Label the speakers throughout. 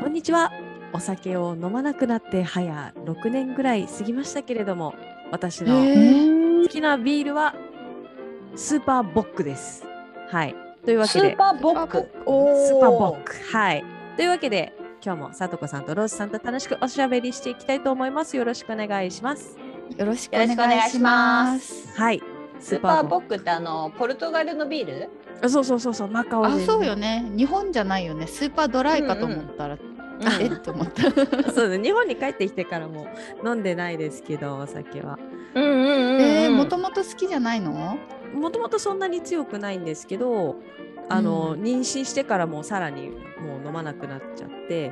Speaker 1: こんにちは。お酒を飲まなくなって早6年ぐらい過ぎましたけれども、私の好きなビールはスーパーボックです。はい。というわけで、
Speaker 2: パーボック
Speaker 1: スーパーボック。はい。というわけで、今日もさとこさんとローズさんと楽しくおしゃべりしていきたいと思います。よろしくお願いします。
Speaker 3: よろしくお
Speaker 2: よろしくお願
Speaker 3: 願い
Speaker 2: いし
Speaker 3: し
Speaker 2: ま
Speaker 3: ます。
Speaker 1: はい。
Speaker 2: スーパーボックってあのポルトガルのビール
Speaker 1: ック。そうそうそうそう、マカオ
Speaker 4: あ
Speaker 1: で
Speaker 4: そうよね日本じゃないよねスーパードライかと思ったら、えっと思った
Speaker 1: そうね日本に帰ってきてからも飲んでないですけど、お酒は。
Speaker 5: うんうんうん、
Speaker 4: えー、もともと好きじゃないの
Speaker 1: もともとそんなに強くないんですけどあの、
Speaker 4: うん
Speaker 1: 妊娠してからもうさらにもう飲まなくなっちゃって、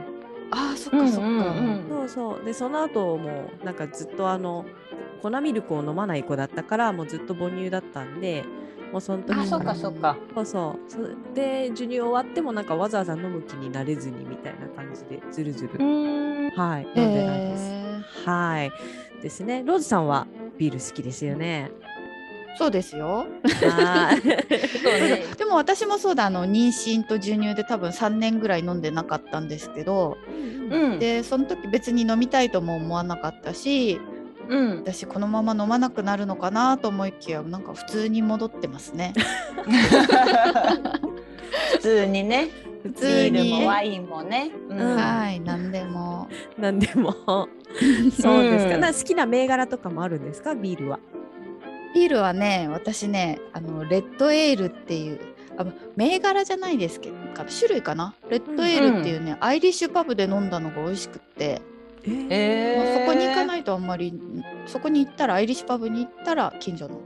Speaker 4: あーそっかそっか、
Speaker 5: うんうんうん
Speaker 1: そうそうでその後もうなんかずっとあの粉ミルクを飲まない子だったからもうずっと母乳だったんでもうその時
Speaker 2: あ
Speaker 1: か
Speaker 2: そっ
Speaker 1: ら
Speaker 2: かそっか
Speaker 1: そうそうそで授乳終わってもなんかわざわざ飲む気になれずにみたいな感じでずるずる、
Speaker 5: うん
Speaker 1: はい
Speaker 4: え
Speaker 1: 飲んでないです、
Speaker 4: ー
Speaker 1: はいですねローズさんはビール好きですよね
Speaker 4: そうですよ
Speaker 1: はーい
Speaker 2: そうね
Speaker 4: でも私もそうだあの妊娠と授乳で多分3年ぐらい飲んでなかったんですけど
Speaker 2: うん
Speaker 4: でその時別に飲みたいとも思わなかったし
Speaker 2: うん
Speaker 4: 私このまま飲まなくなるのかなと思いきやなんか普通に戻ってますね
Speaker 2: 普通にね
Speaker 1: 普
Speaker 2: ビ
Speaker 4: 通
Speaker 2: ー
Speaker 4: に
Speaker 2: ルもワインもね うん
Speaker 1: うん
Speaker 4: はい何でも
Speaker 1: なん でもそうですか。
Speaker 2: うん
Speaker 1: な好きな銘柄とかもあるんですかビールは。
Speaker 4: ビールはね私ねあのレッドエールっていうあ銘柄じゃないですけどか種類かなレッドエールっていうね、アイリッシュパブで飲んだのが美味しくって、
Speaker 2: え
Speaker 1: え
Speaker 4: まあ
Speaker 2: ー
Speaker 4: そこに行かないとあんまりそこに行ったらアイリッシュパブに行ったら近所の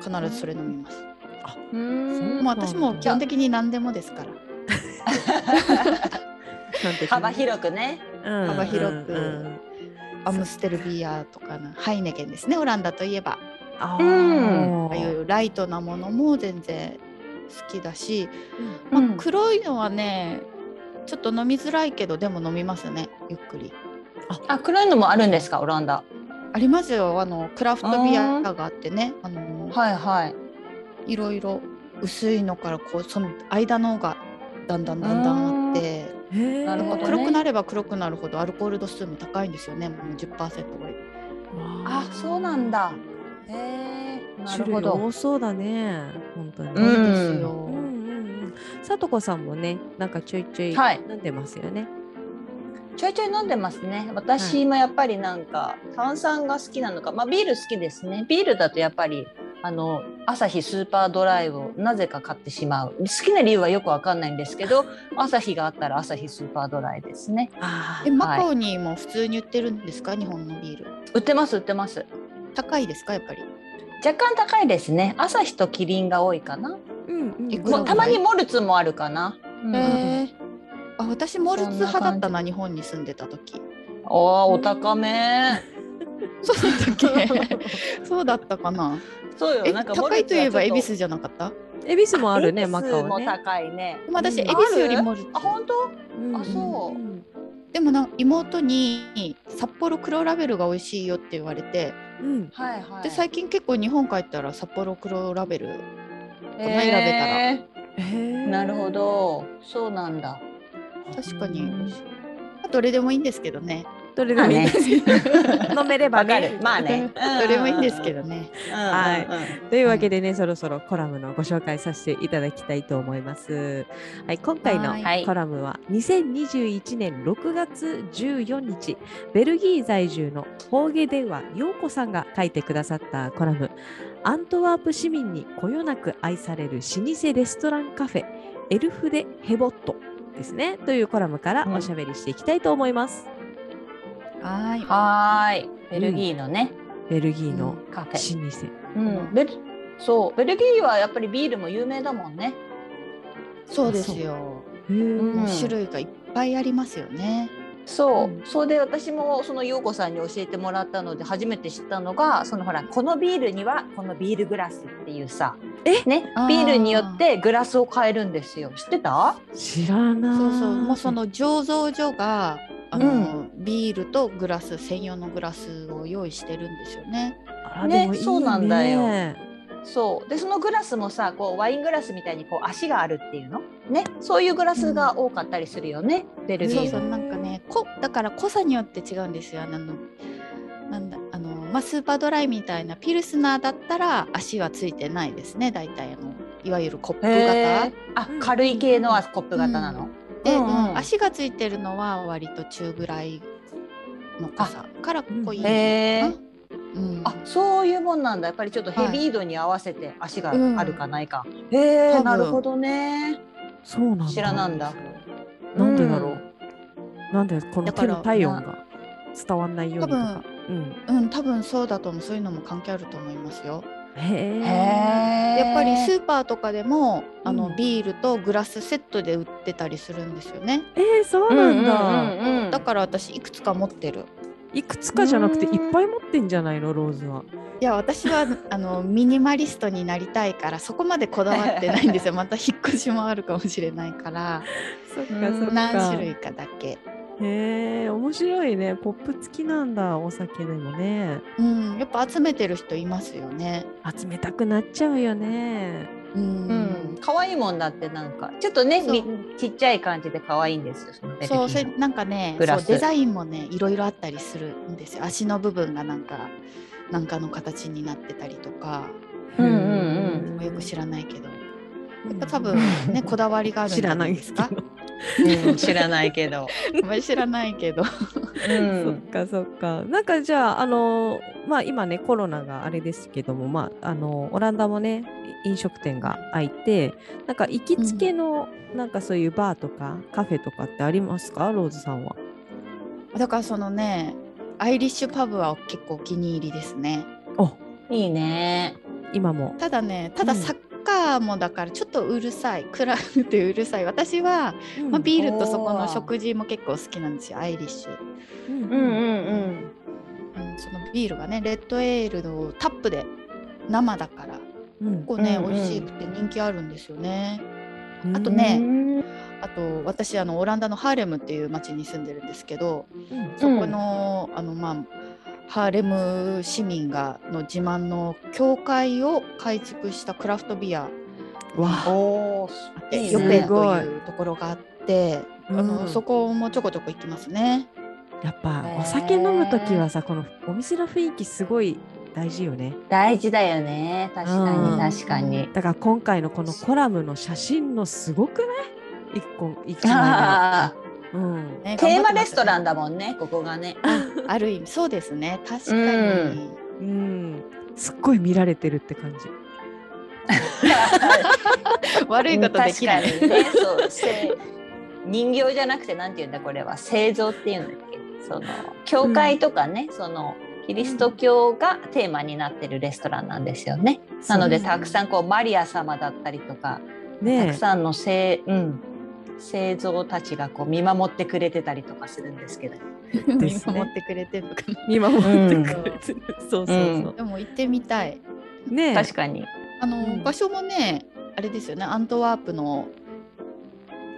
Speaker 4: 必ずそれ飲みます、
Speaker 2: う
Speaker 1: うんん
Speaker 4: もう私も基本的に何でもですから
Speaker 2: 幅広くね
Speaker 1: 幅
Speaker 4: 幅広くアムステルビアとかなハイネケンですねオランダといえば
Speaker 1: あ
Speaker 2: うん
Speaker 4: ああい
Speaker 1: ー
Speaker 4: うライトなものも全然好きだし、
Speaker 2: う
Speaker 4: ま
Speaker 2: ん
Speaker 4: あ、黒いのはねちょっと飲みづらいけどでも飲みますねゆっくり
Speaker 2: あ黒いのもあるんですかオランダ
Speaker 4: ありますよあのクラフトビアがあってねあの
Speaker 2: はいはい
Speaker 4: いろいろ薄いのからこうその間のがだんだんだんだんあって
Speaker 1: へー
Speaker 2: なるほどね
Speaker 4: 黒くなれば黒くなるほどアルコール度数も高いんですよねもう10%ぐらい
Speaker 2: あそうなんだへえなる
Speaker 1: 種類
Speaker 2: ほど
Speaker 1: 多そうだね。本当に。
Speaker 2: うん
Speaker 4: 多いですよ、
Speaker 1: うんうんうんさとこさんもね、なんかちょいちょい
Speaker 2: はい
Speaker 1: 飲んでますよね。
Speaker 2: ちょいちょい飲んでますね。私もやっぱりなんか炭酸が好きなのか、まあビール好きですね。ビールだとやっぱりあの朝日スーパードライをなぜか買ってしまう。好きな理由はよくわかんないんですけど、朝日があったら朝日スーパードライですね。
Speaker 1: あ
Speaker 4: えマカオにも普通に売ってるんですか日本のビール
Speaker 2: 売ってます売ってます。
Speaker 4: 高いですかやっぱり
Speaker 2: 若干高いですね。朝日とキリンが多いかな。
Speaker 1: うんうん
Speaker 4: いく
Speaker 2: も
Speaker 4: ら
Speaker 2: うたまにモルツもあるかな。うん
Speaker 1: へ
Speaker 4: えあ私モルツ派だった
Speaker 2: そんな
Speaker 4: な日本に住んでた時
Speaker 2: おーお高め。
Speaker 4: そうだったっけ そうだったかな
Speaker 2: そうよ。
Speaker 4: え
Speaker 2: なんか
Speaker 4: 高いといえば恵比寿
Speaker 2: じ
Speaker 4: じゃなかった
Speaker 1: 恵比寿もあるね、
Speaker 2: マ
Speaker 1: マ
Speaker 2: カ
Speaker 1: カ
Speaker 2: オ
Speaker 1: オ
Speaker 2: も
Speaker 1: ね。
Speaker 2: 高いね。
Speaker 4: でも私
Speaker 1: う
Speaker 4: 恵
Speaker 1: ん
Speaker 4: 比寿よりモルツ
Speaker 2: あ本当？
Speaker 1: うん
Speaker 2: あそう
Speaker 4: でもな妹に札幌黒ラベルが美味しいよって言われて、
Speaker 1: うん。
Speaker 2: はいはい。
Speaker 4: で最近結構日本帰ったら札幌黒ラベル
Speaker 2: え
Speaker 4: 前が出たら
Speaker 2: ーなるほど、そうなんだ。
Speaker 4: 確かに美味しい、まあどれでもいいんですけどね。
Speaker 1: どれでもいいです。 飲めれば
Speaker 2: わ
Speaker 1: ね
Speaker 2: かる。。まあね
Speaker 4: どれもいいんですけどね
Speaker 2: は
Speaker 1: はいというわけでね、そろそろコラムのご紹介させていただきたいと思います。はい、今回の
Speaker 2: はい
Speaker 1: コラムは2021年6月14日、ベルギー在住の方言電話陽子さんが書いてくださったコラム、アントワープ市民にこよなく愛される老舗レストランカフェ、エルフデヘボットですね、というコラムからおしゃべりしていきたいと思います。
Speaker 4: はーい
Speaker 2: はーい。ベルギーのね、
Speaker 1: ベルギーの
Speaker 2: カフ
Speaker 1: 老
Speaker 2: ェ。
Speaker 1: 舗。
Speaker 2: うん。ベルそうベルギーはやっぱりビールも有名だもんね。
Speaker 4: そうですよ。
Speaker 1: へえ
Speaker 2: うん
Speaker 4: もう種類がいっぱいありますよね。
Speaker 2: そう、
Speaker 4: うん
Speaker 2: それで私もその陽子さんに教えてもらったので初めて知ったのがそのほらこのビールにはこのビールグラスっていうさ
Speaker 1: え
Speaker 2: ね
Speaker 4: あー
Speaker 2: ビールによってグラスを変えるんですよ知ってた
Speaker 1: 知らない。
Speaker 4: そうそう、もうその醸造所が。あのビールとグラス専用のグラスを用意してるんですよね。
Speaker 1: あらでもいい
Speaker 2: ね
Speaker 1: ね、
Speaker 2: そうなんだよそうでそのグラスもさこうワイングラスみたいにこう足があるっていうのねそういうグラスが多かったりするよね、ベルギ
Speaker 4: そうそ
Speaker 2: ー
Speaker 4: う
Speaker 2: の。
Speaker 4: なんかねこだから濃さによって違うんですよあのなんだあの、まあ、スーパードライみたいなピルスナーだったら足はついてないですね大体あのいわゆるコップ
Speaker 2: へ
Speaker 4: 型
Speaker 2: ーあ
Speaker 1: うん
Speaker 2: 軽い系のはコップ型なの、
Speaker 4: で、
Speaker 2: うんうん
Speaker 4: うん足がついてるのは割と中ぐらいの濃さから濃い
Speaker 1: うん
Speaker 4: かな
Speaker 2: へー
Speaker 4: うん
Speaker 2: あそういうもんなんだやっぱりちょっとヘビー度に合わせて足があるかないか、へ
Speaker 4: 多
Speaker 2: え
Speaker 4: 分
Speaker 2: なるほどね
Speaker 1: そうなんだ。
Speaker 2: 知らなんだ。
Speaker 1: なんでだろ
Speaker 2: う。
Speaker 1: うんなんでこの
Speaker 4: だか
Speaker 1: 手
Speaker 4: ら
Speaker 1: の体温が伝わんないようにと
Speaker 4: まあ
Speaker 1: か。うん。
Speaker 4: うん多分そうだと思うそういうのも関係あると思いますよ。
Speaker 1: へ
Speaker 2: へ
Speaker 1: え。
Speaker 2: え
Speaker 4: やっぱりスーパーとかでもあ
Speaker 1: う
Speaker 4: の
Speaker 1: ん
Speaker 4: ビールとグラスセットで売ってたりするんですよね。
Speaker 1: えー、そうなんだ。
Speaker 2: うんうんうんうん
Speaker 4: だから私いくつか持ってる。
Speaker 1: いくつかじゃなくてい
Speaker 2: うん
Speaker 1: っぱい持ってんじゃないのローズは。
Speaker 4: いや私 はあのミニマリストになりたいからそこまでこだわってないん ですよまた引っ越しもあるかもしれないから
Speaker 1: そっ
Speaker 2: かそっか
Speaker 4: 何種類かだけ、
Speaker 1: へえ面白いねポップ付きなんだお酒でもね
Speaker 4: うん、やっぱ集めてる人いますよね。
Speaker 1: 集めたくなっちゃうよね
Speaker 4: うん
Speaker 2: うん可愛いもんだってなんかちょっとね
Speaker 4: そう
Speaker 2: みちっちゃい感じで可愛いんですよそのベルギー
Speaker 4: そ
Speaker 2: の
Speaker 4: うそれなんかね
Speaker 2: グラ
Speaker 4: そ
Speaker 2: ス
Speaker 4: うデザインもねいろいろあったりするんですよ足の部分がなんかなんかの形になってたりとか
Speaker 2: うんうん
Speaker 4: もうよく知らないけど、
Speaker 1: うん
Speaker 4: 多分ねこだわりがあるん
Speaker 1: 知
Speaker 4: じゃ
Speaker 1: らな
Speaker 4: ないい
Speaker 1: で
Speaker 4: ですす
Speaker 1: け
Speaker 4: か
Speaker 1: ど、
Speaker 2: うん知らないけど、
Speaker 4: あんまり知らないけど
Speaker 2: う
Speaker 1: そっ
Speaker 2: ん、
Speaker 1: かそっかなんかじゃああのまあ今ねコロナがあれですけどもまああのオランダもねい飲食店が開いてなんか行きつけの、なんかそういうバーとかカフェとかってありますかローズさんは
Speaker 4: だからそのねアイリッシュパブは結構お気に入りですね
Speaker 1: お
Speaker 2: いいね
Speaker 1: 今も
Speaker 4: ただねただ
Speaker 1: うん
Speaker 4: サッカーもだからちょっとうるさい暗くてうるさい私は、まあ、ビールとそこの食事も結構好きなんですよアイリッシュ、
Speaker 1: うん
Speaker 2: うんうん
Speaker 4: うん、そのビールがねレッドエールのタップで生だから
Speaker 1: うんうん
Speaker 4: 結構ね、
Speaker 2: うんうん
Speaker 4: 美味しくて人気あるんですよね
Speaker 1: うん
Speaker 4: あと
Speaker 2: う
Speaker 4: ね
Speaker 2: ん
Speaker 4: あと私あのオランダのハーレムっていう町に住んでるんですけど
Speaker 1: うん
Speaker 4: そこの,、あのまあハーレム市民がの自慢の教会を改築したクラフトビア
Speaker 1: わあ
Speaker 2: おー
Speaker 4: で
Speaker 2: いい
Speaker 4: ヨペ
Speaker 2: ね
Speaker 4: ンというところがあって、あ
Speaker 1: う
Speaker 4: の
Speaker 1: ん
Speaker 4: そこもちょこちょこ行きますね。
Speaker 1: やっぱ
Speaker 2: へー
Speaker 1: お酒飲む時はさこのお店の雰囲気すごい大事よね
Speaker 2: 大事だよね確
Speaker 1: うん
Speaker 2: かに確かに
Speaker 1: だから今回のこのコラムの写真のすごくない一個一枚
Speaker 2: あ
Speaker 1: 目 のうん
Speaker 4: ね
Speaker 2: ーテーマレストランだ
Speaker 4: も
Speaker 2: もんねここがね
Speaker 4: ん。ある意味そうですね確かに、
Speaker 2: うん
Speaker 1: うんすっごい見られてるって感じ。
Speaker 4: 悪いことできない。
Speaker 2: 確かにね そうせ人形じゃなくてなんて言うんだこれは製造っていうんだっけその教会とかね、そのキリスト教がテーマになってるレストランなんですよね。なのでたくさんこうマリア様だったりとか、たく
Speaker 1: ね
Speaker 2: さんの聖、うん、聖像たちがこう見守ってくれてたりとかするんですけど。
Speaker 1: で
Speaker 4: 見
Speaker 1: すね
Speaker 4: 守ってくれてるのかな。
Speaker 1: え見守ってくれてる。そうそうそう。
Speaker 4: でも行ってみたい。
Speaker 1: ねえ
Speaker 2: 確かに。
Speaker 4: あの、
Speaker 1: うん
Speaker 4: 場所もねあれですよねアントワープの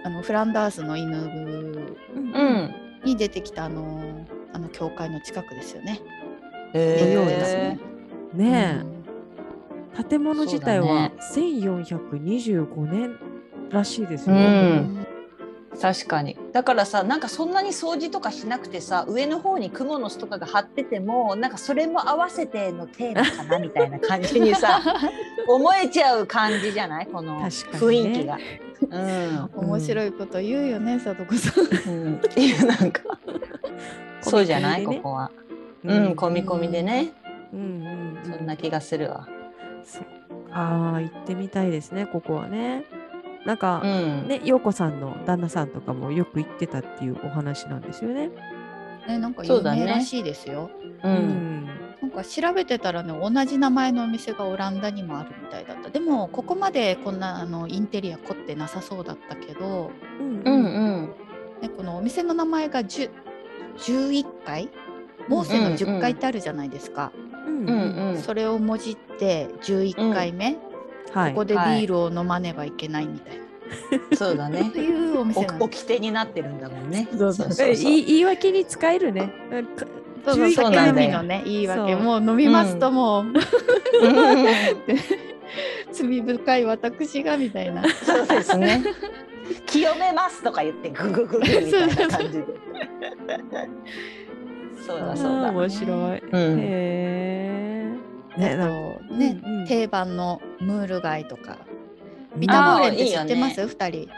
Speaker 4: あのフランダースの犬
Speaker 1: うん
Speaker 2: う
Speaker 1: うん
Speaker 2: ん。
Speaker 4: に出てきたあのあの教会の近くですよね。
Speaker 2: え
Speaker 1: ー
Speaker 4: ようですね。
Speaker 1: ね
Speaker 4: うん
Speaker 1: え建物自体
Speaker 2: そうだ
Speaker 1: は
Speaker 2: ね
Speaker 1: 1425年らしいですよ。
Speaker 2: うん確かにだからさなんかそんなに掃除とかしなくてさ上の方に蜘蛛の巣とかが張っててもなんかそれも合わせてのテーマかなみたいな感じにさ 思えちゃう感じじゃないこの
Speaker 1: 確か
Speaker 2: 雰
Speaker 1: にね
Speaker 2: 囲気が。うん
Speaker 4: 面白いこと言うよね、さとこさん。
Speaker 2: うん、いや なんかそうじゃない、
Speaker 1: 込み込みでね
Speaker 2: ここは。うん、込み込みでね、
Speaker 1: うんうんうん
Speaker 2: そんな気がするわ。
Speaker 1: そっか行ってみたいですねここはね。なんか、
Speaker 2: うん、
Speaker 1: ね、陽子さんの旦那さんとかもよく行ってたっていうお話なんですよね。
Speaker 4: ね、なんか
Speaker 2: そ
Speaker 4: 有
Speaker 2: うだね
Speaker 4: 名らしいですよ。
Speaker 2: う、
Speaker 1: うんん
Speaker 4: なんかか調べてたらね同じ名前のお店がオランダにもあるみたいだったでもここまでこんなあのインテリア凝ってなさそうだったけど、
Speaker 1: うん
Speaker 2: うん
Speaker 1: うん
Speaker 2: うん
Speaker 4: ね、このお店の名前が10 11階モーセの10階ってあるじゃないですか、
Speaker 1: う
Speaker 2: う
Speaker 1: ん
Speaker 2: んうん
Speaker 4: それをもじって11回目、
Speaker 1: はい
Speaker 4: ここでビールを飲まねばいけないみたいな、
Speaker 2: そうだね
Speaker 4: というお店なん
Speaker 2: お
Speaker 4: です。
Speaker 2: 掟になってるんだもんね
Speaker 1: そうそうそう 言い言い訳に使えるね。うんか
Speaker 4: そうそう
Speaker 2: そ
Speaker 1: 11
Speaker 2: う
Speaker 4: 酒
Speaker 2: な
Speaker 4: 飲
Speaker 2: んだ
Speaker 4: み
Speaker 2: よ
Speaker 4: のね言い訳
Speaker 1: そう
Speaker 4: もう飲みますと
Speaker 2: う
Speaker 4: もう、
Speaker 2: うん
Speaker 4: 罪深い私がみた いな
Speaker 2: そうですね清めますとか言ってググググみたいな 感じでそうだそう
Speaker 1: あー
Speaker 2: だ
Speaker 1: 面白い。
Speaker 2: うん
Speaker 1: へえ。
Speaker 4: あ
Speaker 1: なんか
Speaker 4: とね、
Speaker 1: うんうん
Speaker 4: 定番のムール貝とかビ
Speaker 1: み
Speaker 4: タ
Speaker 2: な
Speaker 4: ボーレンっ
Speaker 2: あー
Speaker 4: て
Speaker 2: いい
Speaker 4: 知
Speaker 2: よ
Speaker 4: っ
Speaker 2: ね
Speaker 4: てます二、人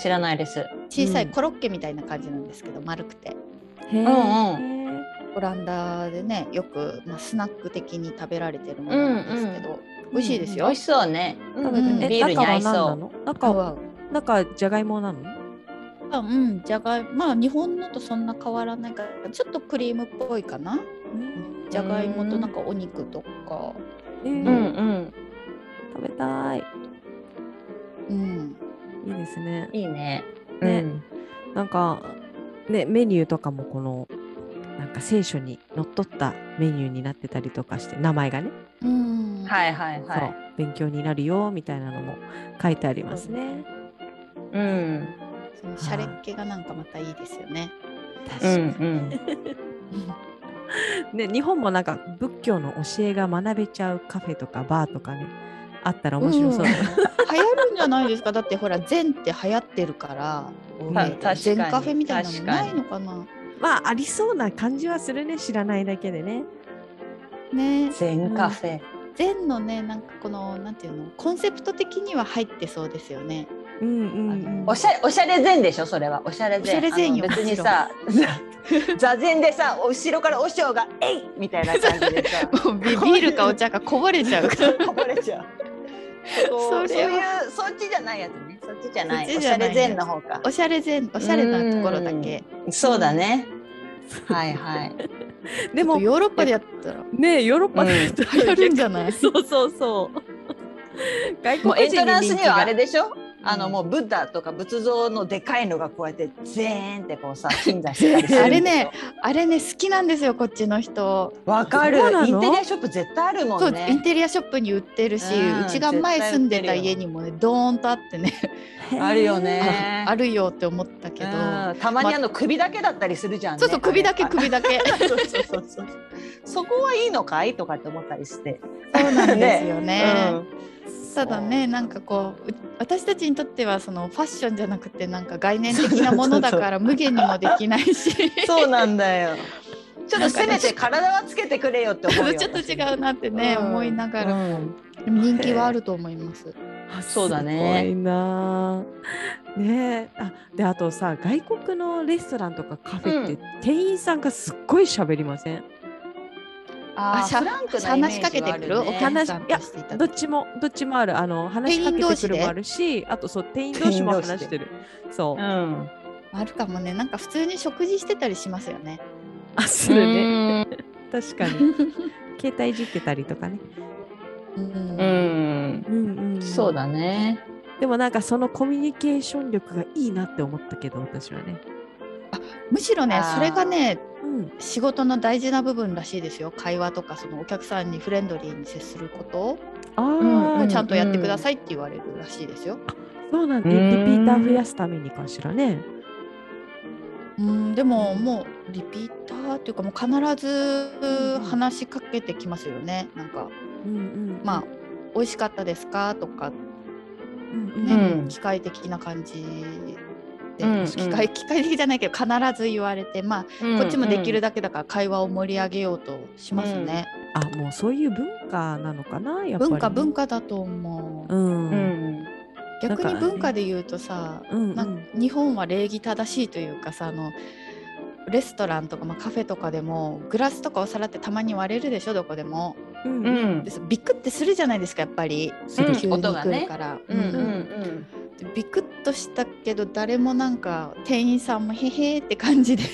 Speaker 2: 知らないです
Speaker 4: 小さい
Speaker 1: うん
Speaker 4: コロッケみたいな感じなんですけど、丸くて
Speaker 1: へえ
Speaker 2: うん
Speaker 4: オランダでねよく、まあ、スナック的に食べられてるものなんですけど、美味しいです
Speaker 2: 美
Speaker 4: よ、
Speaker 2: 味しそうね
Speaker 1: 食
Speaker 4: う
Speaker 1: べ
Speaker 4: ん
Speaker 1: て
Speaker 2: ビ
Speaker 1: え
Speaker 2: ールに合い
Speaker 1: 中は何な
Speaker 2: そ
Speaker 1: の？中は中じゃがいもなの？
Speaker 4: あうんじゃがいまあ日本のとそんな変わらないからちょっとクリームっぽいかな
Speaker 1: うん
Speaker 4: じゃがいもとなんかお肉とか
Speaker 1: え
Speaker 2: う
Speaker 1: ー
Speaker 2: うんうん
Speaker 1: 食べたい。
Speaker 4: うん
Speaker 1: いいですね。
Speaker 2: いいね
Speaker 1: ね
Speaker 2: うん
Speaker 1: なんかねメニューとかもこのなんか聖書にのっとったメニューになってたりとかして名前がね、
Speaker 4: うん
Speaker 2: はいはいは
Speaker 1: そう
Speaker 2: い
Speaker 1: 勉強になるよみたいなのも書いてありますね。
Speaker 2: うん
Speaker 4: そのシャレっ気がなんかまたいいですよね。
Speaker 1: 確
Speaker 2: うんう
Speaker 1: かに
Speaker 2: ん
Speaker 1: ね、日本もなんか仏教の教えが学べちゃうカフェとかバーとかねあったら面白そうだね、
Speaker 4: 流行るんじゃないですか。だってほら禅って流行ってるから、欧
Speaker 2: 確
Speaker 4: 米
Speaker 2: か
Speaker 4: で
Speaker 2: に
Speaker 4: 禅カフェみたいなの
Speaker 2: 確か
Speaker 4: ない
Speaker 2: に
Speaker 4: のかな。
Speaker 1: まあありそうな感じはするね知らないだけでね
Speaker 4: ね、
Speaker 2: 全カフェ
Speaker 4: 禅のねなんかこのなんていうのコンセプト的には入ってそうですよね。
Speaker 1: うんうん、うん、
Speaker 2: おしゃれおしゃれ禅でしょそれはおしゃれ
Speaker 4: おしゃ
Speaker 2: 禅
Speaker 4: れ禅よ
Speaker 2: あの別にさ 座禅でさ後ろからお師匠が「えい!」みたいな感じで さ
Speaker 4: ビビールかお茶かこぼれちゃうから。
Speaker 2: こぼれちゃう
Speaker 4: そ
Speaker 2: そう
Speaker 4: れは
Speaker 2: いうそっちじゃないやつねそっちじゃない
Speaker 4: そっち
Speaker 2: お
Speaker 4: じ
Speaker 2: し
Speaker 4: ゃ
Speaker 2: ゃ
Speaker 4: ない
Speaker 2: れ禅の方か
Speaker 4: おしゃれ禅おしゃれなところだけ。
Speaker 2: そうだねはい はい
Speaker 1: でも
Speaker 4: ヨーロッパでやったら
Speaker 1: ねヨーロッパで
Speaker 2: うん
Speaker 4: 流行るんじゃ ない
Speaker 1: そうそうそう外
Speaker 2: もう
Speaker 1: 国
Speaker 2: エン
Speaker 1: 人
Speaker 2: トラン
Speaker 1: に
Speaker 2: ス
Speaker 1: 人気
Speaker 2: には
Speaker 1: が
Speaker 2: あれでしょあのもうブッダとか仏像のでかいのがこうやってゼーンってこう さ鎮座してたりするんでしょ
Speaker 4: あれねあれね好きなんですよこっちの人。
Speaker 2: わかる
Speaker 1: そうなの
Speaker 2: インテリアショップ絶対あるも
Speaker 4: そ
Speaker 2: ん
Speaker 4: うイン
Speaker 2: ね
Speaker 4: テリアショップに売ってるし、
Speaker 2: うん
Speaker 4: うちが前住んでた
Speaker 2: 絶対売ってるよ
Speaker 4: 家にもねドーンとあってね
Speaker 1: へー
Speaker 2: あるよね
Speaker 4: あるよって思ったけ
Speaker 2: う
Speaker 4: ど、
Speaker 2: んたまにあの首だけだったりするじゃんね、
Speaker 4: そうそう首だけ
Speaker 2: あれ
Speaker 4: 首だけ
Speaker 2: そうそうそうそうそこはいいのかいとかって思ったりして、
Speaker 4: そうなんですよ
Speaker 2: う
Speaker 4: ね
Speaker 2: ん
Speaker 4: ただねなんかこうう私たちにとってはそのファッションじゃなくてなんか概念的なものだから無限にもできない し
Speaker 2: そうなんだ よちょっとせめて体はつけてくれよって思うよ
Speaker 4: ちょっと違うなってね、
Speaker 2: うん
Speaker 4: 思いながら、
Speaker 2: うん
Speaker 4: でも人気はあると思います。
Speaker 1: あ
Speaker 2: そうだね
Speaker 1: すごいなあ。ねえあであとさ外国のレストランとかカフェって、
Speaker 2: うん
Speaker 1: 店員さんがすっごい喋りません
Speaker 2: あー
Speaker 4: しゃ
Speaker 2: フランクなイメー
Speaker 4: 話し
Speaker 2: ジ
Speaker 4: かけて
Speaker 2: はあ
Speaker 4: く
Speaker 2: る
Speaker 4: る、お
Speaker 2: ね
Speaker 4: 客さんとしていた
Speaker 1: ど
Speaker 4: だ
Speaker 1: っちもどっちもあるあの話しかけてくるもあるしあとそう店員同士も
Speaker 2: 店員同士で
Speaker 1: 話してるそう、
Speaker 2: うん
Speaker 4: あるかもねなんか普通に食事してたりしますよね。
Speaker 1: あするね
Speaker 2: ね
Speaker 1: 確かに携帯いじってたりとかね
Speaker 4: うん
Speaker 2: うん
Speaker 1: うんうん、
Speaker 2: そうだね
Speaker 1: でもなんかそのコミュニケーション力がいいなって思ったけど私はね
Speaker 4: むしろね
Speaker 2: あー
Speaker 4: それがね
Speaker 1: うん
Speaker 4: 仕事の大事な部分らしいですよ会話とかそのお客さんにフレンドリーに接すること
Speaker 1: ああ、
Speaker 2: うん
Speaker 4: を
Speaker 2: う
Speaker 4: ちゃんとやってくださいって言われるらしいですよ。
Speaker 1: そうなんだ
Speaker 2: う
Speaker 1: リピ
Speaker 2: ん
Speaker 1: ーター増やすためにかしらね
Speaker 4: うんでももうリピーターっていうかもう必ず話しかけてきますよね。なんか
Speaker 1: うんうん
Speaker 4: まあ美味しかったですかとか、
Speaker 1: うんうん
Speaker 4: ね
Speaker 2: うん
Speaker 4: 機械的な感じで、
Speaker 2: うんうん
Speaker 4: 機械機械的じゃないけど必ず言われてまあ、こっちもできるだけだから会話を盛り上げようとしますね。
Speaker 1: あもうそういう文化なのかなやっぱりね、
Speaker 4: 文化文化だと思う。
Speaker 1: うん、
Speaker 2: う
Speaker 1: うん
Speaker 2: ん
Speaker 4: 逆
Speaker 1: だか
Speaker 4: に
Speaker 1: らね
Speaker 4: 文化で言うとさ、
Speaker 1: うん
Speaker 4: なんか日本は礼儀正しいというかさあのレストランとか、まあ、カフェとかでもグラスとかお皿ってたまに割れるでしょどこでも
Speaker 1: うん
Speaker 2: う
Speaker 1: うん
Speaker 2: ん
Speaker 4: でそビクってするじゃないですかやっぱり、
Speaker 1: する
Speaker 2: うん
Speaker 4: 急に
Speaker 2: 音が
Speaker 4: 来
Speaker 2: ね
Speaker 4: るから、
Speaker 2: うん
Speaker 4: うん
Speaker 2: うん
Speaker 4: でビクッとしたけど誰もなんか店員さんもへへ ーって感じで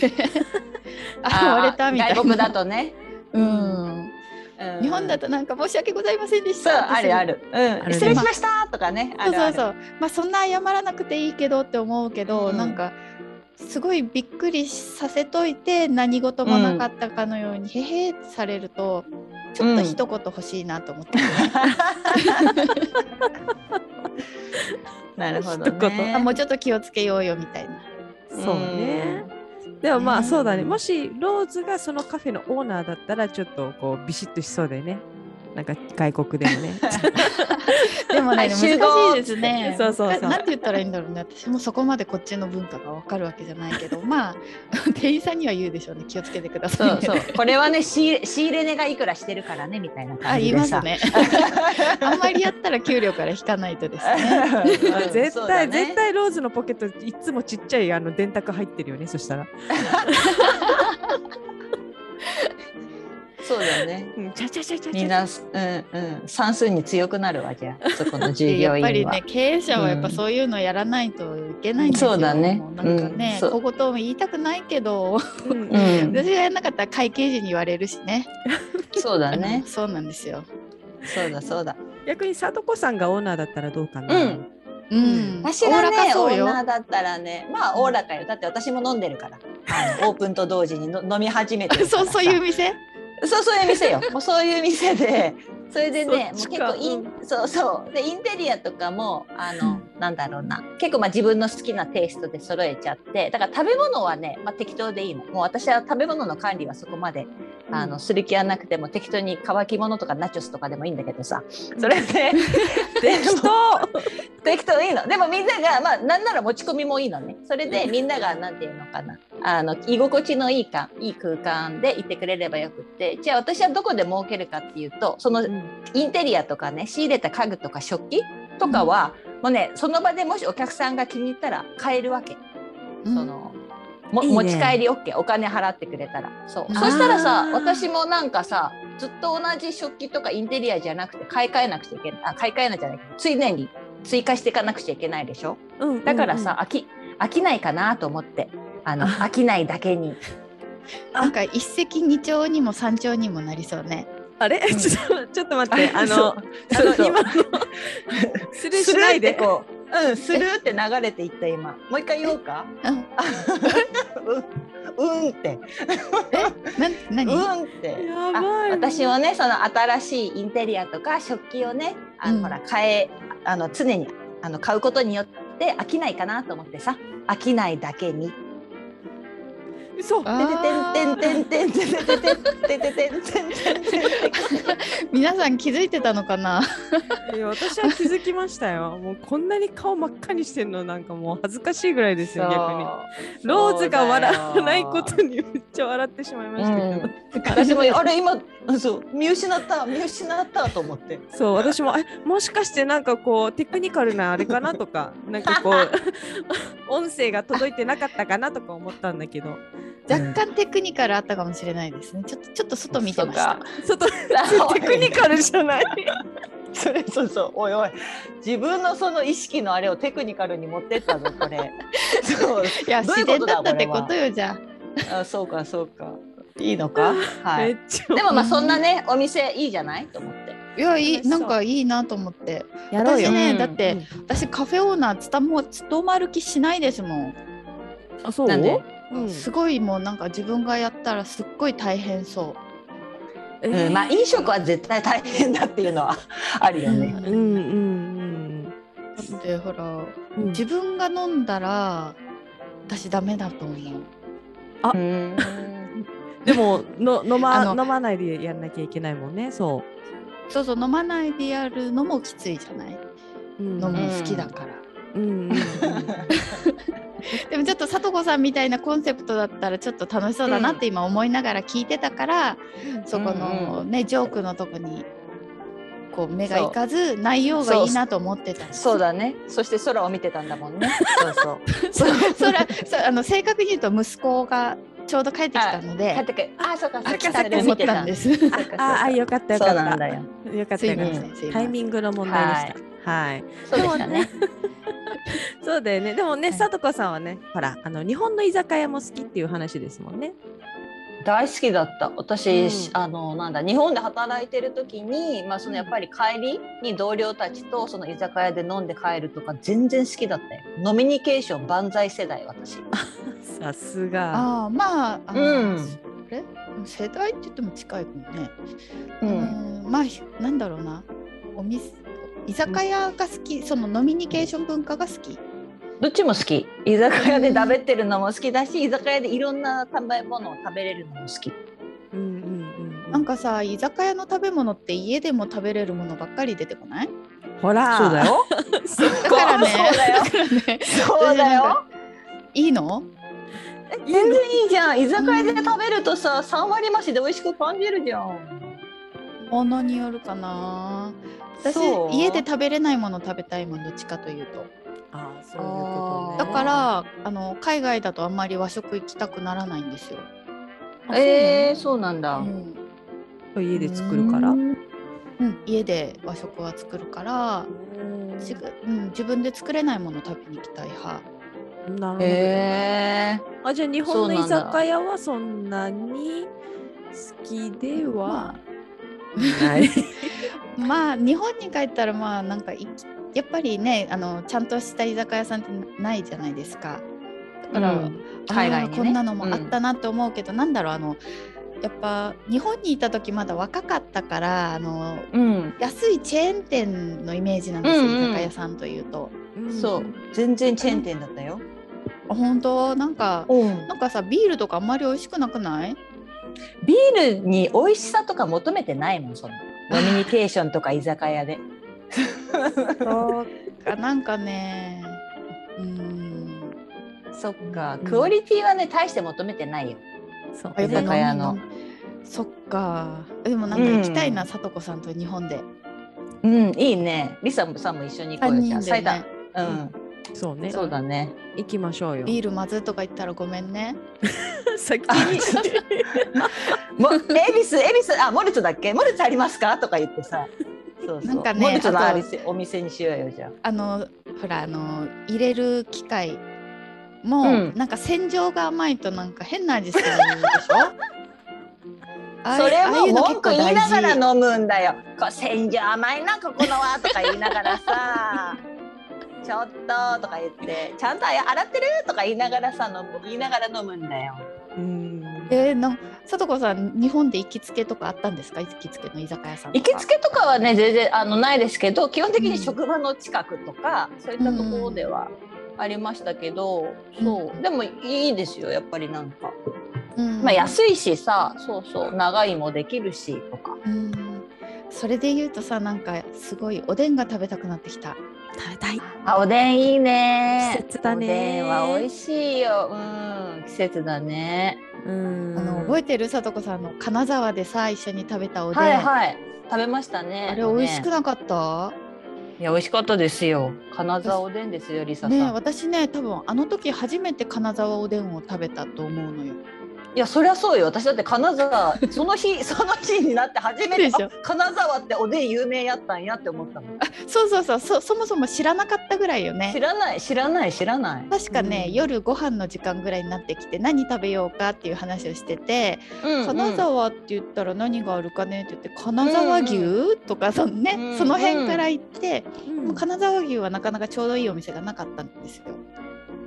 Speaker 4: あ
Speaker 2: あー
Speaker 4: 割れたみたいな
Speaker 2: 外国だとね
Speaker 4: うん
Speaker 2: うん
Speaker 4: 日本だとなんか申し訳ございませんでし
Speaker 2: そう
Speaker 4: た。
Speaker 2: あるあ。る、うん、
Speaker 1: る
Speaker 2: 失礼しましたとかねあ
Speaker 4: そう
Speaker 2: る
Speaker 4: そ
Speaker 2: あ
Speaker 4: う
Speaker 2: る
Speaker 4: そう。まあそんな謝らなくていいけどって思うけど、
Speaker 2: うん
Speaker 4: なんかすごいびっくりさせといて何事もなかったかのように、へへーされるとちょっと一言欲しいなと思って、
Speaker 2: なるほど
Speaker 1: 一
Speaker 2: ね
Speaker 4: あもうちょっと気をつけようよみたいな。
Speaker 1: そうね。でもま
Speaker 4: う
Speaker 1: あ
Speaker 4: ん
Speaker 1: そうだね。もしローズがそのカフェのオーナーだったらちょっとこうビシッとしそうだよね。なんか外国でも ね。。
Speaker 4: でも
Speaker 2: は
Speaker 4: ね、
Speaker 2: い
Speaker 4: 難し
Speaker 2: 集合
Speaker 4: いですね
Speaker 1: そうそうそう
Speaker 4: ななんて言ったらいいんだろうね。私もそこまでこっちの文化がわかるわけじゃない けど、まあ 店員さんには言うでしょうね。気をつけてください、
Speaker 2: そう
Speaker 4: ね。
Speaker 2: そうこれはね仕入れ仕入れ値がいくらしてるからねみたいな
Speaker 4: あ、
Speaker 2: 感
Speaker 4: 言
Speaker 2: じ
Speaker 4: い
Speaker 2: で
Speaker 4: ます
Speaker 2: さ
Speaker 4: ね。あんまりやったら給料から引かないとですね。
Speaker 2: うんそ
Speaker 1: 絶
Speaker 2: うだ
Speaker 1: 対、
Speaker 2: ね
Speaker 1: 絶対ローズのポケットいつもちっちゃいあの電卓入ってるよね。そしたら。
Speaker 2: そうだよね
Speaker 1: うん、ちゃちゃちゃちゃちゃ。
Speaker 2: みんな、うんうん、算数に強くなるわじゃあそこの従
Speaker 4: でや
Speaker 2: 業
Speaker 4: っ
Speaker 2: 員
Speaker 4: ぱ
Speaker 2: は。
Speaker 4: りね経営者はやっぱ
Speaker 2: うん
Speaker 4: そういうのやらないといけないんですよ、
Speaker 2: そうだね
Speaker 4: もうなんかね、
Speaker 2: うんそう
Speaker 4: 小言も言いたくないけど、
Speaker 1: うん
Speaker 2: うん、
Speaker 4: 私がやらなかったら会計時に言われるしね。
Speaker 2: そうだね
Speaker 4: うん。そうなんですよ。
Speaker 2: そうだそうだ。
Speaker 1: 逆に聡子さんがオーナーだったらどうかな。
Speaker 2: うん
Speaker 4: うん。
Speaker 2: 私が
Speaker 4: おおらか
Speaker 2: ねオ
Speaker 4: そう
Speaker 2: ー
Speaker 4: よ。
Speaker 2: ナーだったらね、まあおおらかよ。だって私も飲んでるから。あのオープンと同時 にの飲み始めてるから
Speaker 4: そう
Speaker 2: さ
Speaker 4: そういう店。
Speaker 2: そうそういう店よ。もうそういう店で、それでね、も
Speaker 1: そうっ
Speaker 2: 結
Speaker 1: ちか
Speaker 2: 構イン、そうそう。でインテリアとかもあの、なんだろうな。結構まあ自分の好きなテイストで揃えちゃって、だから食べ物はね、まあ適当でいいの。もう私は食べ物の管理はそこまで、あのする気はなくても適当に乾き物とかナチョスとかでもいいんだけどさ。それ で適当適当いいの。でもみんながまあなんなら持ち込みもいいのね。それでみんながなんていうのかな。あの居心地のいいかいい空間でいてくれればよくってじゃあ私はどこで儲けるかっていうとその
Speaker 1: うん
Speaker 2: インテリアとかね仕入れた家具とか食器とかは、もうねその場でもしお客さんが気に入ったら買えるわけ、
Speaker 4: うん
Speaker 2: そのも
Speaker 1: いいね
Speaker 2: 持ち帰り OK お金払ってくれたらそう
Speaker 4: あー
Speaker 2: そしたらさ私もなんかさずっと同じ食器とかインテリアじゃなくて買い替えなくちゃいけないあ買い替えなきゃいけない常に追加していかなくちゃいけないでしょ
Speaker 1: うんうん
Speaker 2: だからさ、飽き飽きないかなと思ってあの
Speaker 1: あ
Speaker 2: 飽きないだけ に。
Speaker 4: なんか一石二鳥にも三鳥にもなりそうね。
Speaker 1: あれ、
Speaker 2: うん
Speaker 1: ちょっとちょっと待ってあ
Speaker 2: そう
Speaker 1: のあの 今のする
Speaker 2: ス
Speaker 1: し
Speaker 2: ル
Speaker 1: な
Speaker 2: ー
Speaker 1: い
Speaker 2: って
Speaker 1: で
Speaker 2: こう、うん、スルーって流れていった今。もう一回言おうか。
Speaker 4: うん。
Speaker 2: うん、うんって、
Speaker 4: え、な、
Speaker 2: う
Speaker 4: 何？
Speaker 2: んって。
Speaker 1: やば
Speaker 2: あ
Speaker 1: い
Speaker 2: 私はね、その新しいインテリアとか食器をね、あの、
Speaker 4: うん
Speaker 2: ほら、買え、あの、常に、あの、買うことによって飽きないかなと思ってさ。飽きないだけに。
Speaker 1: そう
Speaker 4: あ
Speaker 2: て
Speaker 4: ー
Speaker 2: てんてんてんてんてんてんてんてんてんてんてんてんてんてん
Speaker 4: 皆さん気づいてたのかな。
Speaker 1: いや私は気づきましたよ。もうこんなに顔真っ赤にしてんのなんかもう恥ずかしいぐらいですよ逆に。
Speaker 2: に
Speaker 1: ローズが笑わないことにめっちゃ笑ってしまいましたけど。
Speaker 2: 私もあれ今そう見失った見失ったと思って
Speaker 1: そう私もえもしかしてなんかこうテクニカルなあれかなと かなんかこう音声が届いてなかったかなとか思ったんだけど
Speaker 4: 若干テクニカルあったかもしれないですね。ちょっとちょっと外見てました。
Speaker 1: 外 テクニカルじゃない
Speaker 2: それそうそうおいおい自分のその意識のあれをテクニカルに持ってったぞこ れそう
Speaker 4: いや
Speaker 2: どうい
Speaker 4: 自
Speaker 2: うこ
Speaker 4: 然
Speaker 2: と
Speaker 4: だ
Speaker 2: だ
Speaker 4: ったって
Speaker 2: これは
Speaker 4: ことよじゃあ。
Speaker 2: あそうかそうかいいの かは
Speaker 1: め
Speaker 2: い
Speaker 1: っち
Speaker 2: で
Speaker 1: ゃ
Speaker 2: もまあそんなねお店いいじゃないと思って
Speaker 4: いやい
Speaker 1: 楽し
Speaker 4: い
Speaker 1: そう
Speaker 4: なんかいいなと思って
Speaker 1: や
Speaker 4: 私ね、
Speaker 2: うん
Speaker 4: だって、私カフェオーナーつたも務まる気しないですもん、
Speaker 1: あそう
Speaker 2: なんで
Speaker 1: うん
Speaker 4: すごいもうなんか自分がやったらすっごい大変そ
Speaker 1: え
Speaker 2: う
Speaker 1: ー
Speaker 2: んまあ飲食は絶対大変だっていうのは ある
Speaker 4: う、
Speaker 2: よね
Speaker 1: うんうんうん
Speaker 4: だってほら
Speaker 1: うん
Speaker 4: 自分が飲んだら私ダメだと思う
Speaker 1: う
Speaker 2: うん
Speaker 1: でもの飲ま
Speaker 4: あ
Speaker 1: 飲
Speaker 4: の
Speaker 1: まないでやんなきゃいけないもんねそ
Speaker 4: そうそう飲まないでやるのもきついじゃない、
Speaker 1: う、うん、
Speaker 4: 飲むの好きだから、
Speaker 1: うんうんうん
Speaker 4: でもちょっと聡子さんみたいなコンセプトだったらちょっと楽しそうだなって今思いながら聞いてたから、そこ
Speaker 2: うん
Speaker 4: の
Speaker 2: う
Speaker 4: ね、ジョークのとこにこう目がいかず内容がいいなと思ってた
Speaker 2: そうだねそして空を見てたんだもんねそう そう
Speaker 4: そ そらそうあの正確に言うと息子がちょうど帰ってきた
Speaker 2: 帰っ
Speaker 4: ので
Speaker 2: てくるあそうかそう
Speaker 4: 帰
Speaker 2: か
Speaker 4: さ
Speaker 2: それ
Speaker 4: って
Speaker 2: を
Speaker 4: 思
Speaker 2: 見
Speaker 4: ってた
Speaker 2: た
Speaker 4: んです。すい
Speaker 2: そうかそうか
Speaker 1: ああよかったよ
Speaker 2: そ
Speaker 1: か
Speaker 2: う
Speaker 1: っ
Speaker 2: なん
Speaker 1: た
Speaker 2: だよ
Speaker 1: よかった
Speaker 4: ま
Speaker 1: よかっ
Speaker 4: せ
Speaker 1: た
Speaker 4: んすい
Speaker 1: タイ
Speaker 4: ませ
Speaker 1: ミ
Speaker 4: ん
Speaker 1: ングの問題でしたはい
Speaker 2: そうでしたね
Speaker 1: そうだよね。でもね、
Speaker 4: はい
Speaker 1: さとこさんはね、ほら、あの日本の居酒屋も好きっていう話ですもんね。
Speaker 2: 大好きだった私、
Speaker 1: うん
Speaker 2: あのなんだ日本で働いてる時に、まあ、そのやっぱり帰りに同僚たちとその居酒屋で飲んで帰るとか全然好きだったよノミニケーション万歳世代私
Speaker 1: さすが。
Speaker 4: ああまああ
Speaker 2: うん
Speaker 4: それ世代って言っても近いかもね、
Speaker 2: う
Speaker 4: うんん、まあひなんだろうなお店居酒屋が好きその飲みニケーション文化が好き
Speaker 2: どっちも好き居酒屋で食べてるのも好きだし居酒屋でいろんな食べ物を食べれるのも好き
Speaker 1: うんうんうん。
Speaker 4: なんかさ居酒屋の食べ物って家でも食べれるものばっかり出てこない
Speaker 1: ほら。
Speaker 2: そうだよ
Speaker 4: だからね
Speaker 2: そうだよ
Speaker 4: からね
Speaker 2: そうだよ
Speaker 4: いいの
Speaker 2: 全然いいじゃん居酒屋で食べるとさ3割増しで美味しく感じるじゃん
Speaker 4: ものによるかな私
Speaker 2: そう
Speaker 4: 家で食べれないもの食べたいもんどっちかというと
Speaker 1: ああそういうことね。
Speaker 4: だからあの海外だとあんまり和食行きたくならないんですよ、
Speaker 1: あ
Speaker 2: えー、そうなん
Speaker 4: う
Speaker 2: だ、
Speaker 4: ん
Speaker 1: 家で作るから。
Speaker 4: うん、家で和食は作るから自,、うん、自分で作れないもの食べに行きたい派
Speaker 1: なるほど。
Speaker 2: へえ
Speaker 1: あじゃあ日本の
Speaker 2: そ
Speaker 1: 居
Speaker 2: うなんだ
Speaker 1: 酒屋はそんなに好きでは
Speaker 4: ま
Speaker 1: ない。
Speaker 4: あ、まあ日本に帰ったらまあなんか行きやっぱりねあのちゃんとした居酒屋さんってないじゃないですかだから、
Speaker 2: うん
Speaker 4: あー
Speaker 2: 海外にね
Speaker 4: こんなのもあったなって思うけど、なんだろうあのやっぱ日本にいた時まだ若かったからあの
Speaker 2: うん、
Speaker 4: 安いチェーン店のイメージなんですよ、
Speaker 2: うんうん
Speaker 4: 居酒屋さんというと。
Speaker 2: そう全然チェーン店だったよ。
Speaker 4: あ本当なんか
Speaker 2: うん
Speaker 4: なんかさビールとかあんまり美味しくなくない
Speaker 2: ビールに美味しさとか求めてないもんそのコミュニケーションとか居酒屋で。
Speaker 4: そうかなんかねうーん
Speaker 2: そっか、
Speaker 4: うん
Speaker 2: クオリティはね大して求めてないよ。
Speaker 1: そう
Speaker 4: あ
Speaker 2: 居酒屋の
Speaker 4: やっぱ飲みそっかでもなんか行きたいな、さとこさんと日本で
Speaker 2: うんいいね。リサもさんも一緒に行こ
Speaker 4: 3
Speaker 2: うよじゃあ。
Speaker 4: 人
Speaker 2: 埼
Speaker 4: で、
Speaker 2: 玉
Speaker 4: ね、。
Speaker 2: う
Speaker 1: そうね
Speaker 2: ん。そうだね。
Speaker 1: 行きましょうよ。
Speaker 4: ビールまずいとか言ったらごめんね
Speaker 1: 先に
Speaker 2: あちょっとも 恵比寿恵比寿あモルツだっけモルツありますかとか言ってさ。そうそう
Speaker 4: なんかね
Speaker 2: モルツのあ
Speaker 4: あと
Speaker 2: りせお店にしようよじゃあ。
Speaker 4: あのほらあの入れる機械も、
Speaker 2: うん
Speaker 4: なんか洗浄が甘いとなんか変な味するで しょああ
Speaker 2: それ
Speaker 4: ああい
Speaker 2: も
Speaker 4: うの結
Speaker 2: 文
Speaker 4: 構
Speaker 2: 句言い
Speaker 4: 大
Speaker 2: なが
Speaker 4: 事
Speaker 2: ら飲むんだよ。こう洗浄甘いなここのはとか言いながらさ。ちょっととか言って、ちゃんと洗ってるとか言いながらさ、飲む言いながら飲むんだよ。
Speaker 1: うん。
Speaker 4: えー、なんさとこさん日本で行きつけとかあったんですか行きつけの居酒屋さんと
Speaker 2: 行
Speaker 4: か
Speaker 2: きつけとかはね、全然あのないですけど、基本的に職場の近くとか、そういったところではありましたけど、
Speaker 4: うん
Speaker 2: そう、でもいいですよ、やっぱりなんか。
Speaker 4: うん
Speaker 2: まあ安いしさ、そうそう、長いもできるしとか。
Speaker 4: うんそれで言うとさなんかすごいおでんが食べたくなってきた
Speaker 1: 食べたい。
Speaker 2: あおでんいいね
Speaker 1: 季節だ
Speaker 2: お
Speaker 1: ね
Speaker 2: でんは美味しいようん季節だね
Speaker 1: うん。
Speaker 4: あの覚えてるさとこさんの金沢でさ一緒に食べたおでん、
Speaker 2: はいはい食べましたね
Speaker 4: あれ美味しく
Speaker 2: ね
Speaker 4: なかった
Speaker 2: いや美味しかったですよ金沢おでんですよりささん、
Speaker 4: ねえ私ね多分あの時初めて金沢おでんを食べたと思うのよ
Speaker 2: いやそりゃそうよ私だって金沢 その日その日になって初め
Speaker 4: でしてょ
Speaker 2: あ金沢っておでん有名やったんやって思ったの
Speaker 4: そうそうそうそそもそも知らなかったぐらいよ
Speaker 2: 知
Speaker 4: ね
Speaker 2: らない知らない知らない、
Speaker 4: 確かね、
Speaker 1: うん
Speaker 4: 夜ご飯の時間ぐらいになってきて何食べようかっていう話をしてて、
Speaker 2: うんうん
Speaker 4: 金沢って言ったら何があるかねって言って金沢牛、
Speaker 2: うん
Speaker 4: とかそのね、
Speaker 2: うん
Speaker 4: その辺から行って、
Speaker 1: うん
Speaker 4: もう金沢牛はなかなかちょうどいいお店がなかったんですよ。